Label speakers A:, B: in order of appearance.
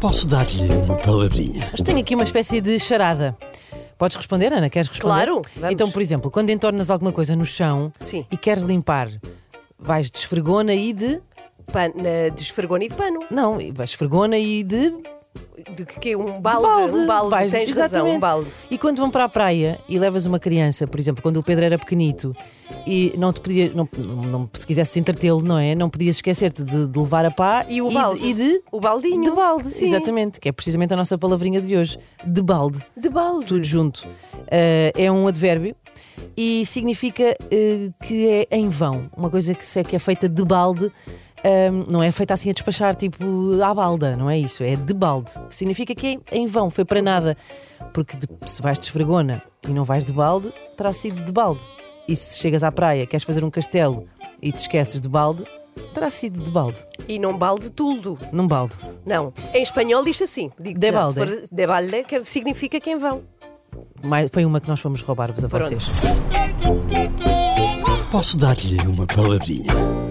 A: Posso dar-lhe uma palavrinha?
B: Mas tenho aqui uma espécie de charada. Podes responder, Ana? Queres responder?
C: Claro, vamos.
B: Então, por exemplo, quando entornas alguma coisa no chão
C: Sim.
B: e queres limpar, vais de esfregona e de.
C: Pan, na- de esfregona e de pano.
B: Não, vais esfregona e de.
C: De que, que um balde,
B: balde.
C: um balde,
B: Vais-
C: tens razão, um
B: exatamente.
C: balde.
B: E quando vão para a praia e levas uma criança, por exemplo, quando o Pedro era pequenito e não te podia, não, não, não- se quisesse entretê-lo, não é? Não podias esquecer-te de, de levar a pá
C: E o
B: de-
C: balde.
B: e de
C: O baldinho.
B: De balde,
C: Sim.
B: um exatamente, que é precisamente a nossa palavrinha de hoje, de balde.
C: De balde.
B: tudo junto. Uh, é um advérbio e significa uh, que é em vão. Uma coisa que, se é, que é feita de balde, um, não é feita assim a despachar tipo à balda, não é isso? É de balde. Que significa que é em vão, foi para nada. Porque de- se vais de esfregona e não vais de balde, terá sido de balde. E se chegas à praia, queres fazer um castelo e te esqueces de balde, terá sido de balde,
C: E não balde tudo.
B: num balde.
C: Não. Em espanhol diz assim. Digo
B: De balde. é?
C: de balde quer, significa quem vão.
B: Mais- Foi uma que nós fomos roubar-vos a
C: Pronto.
B: vocês.
A: Posso dar-lhe uma palavrinha?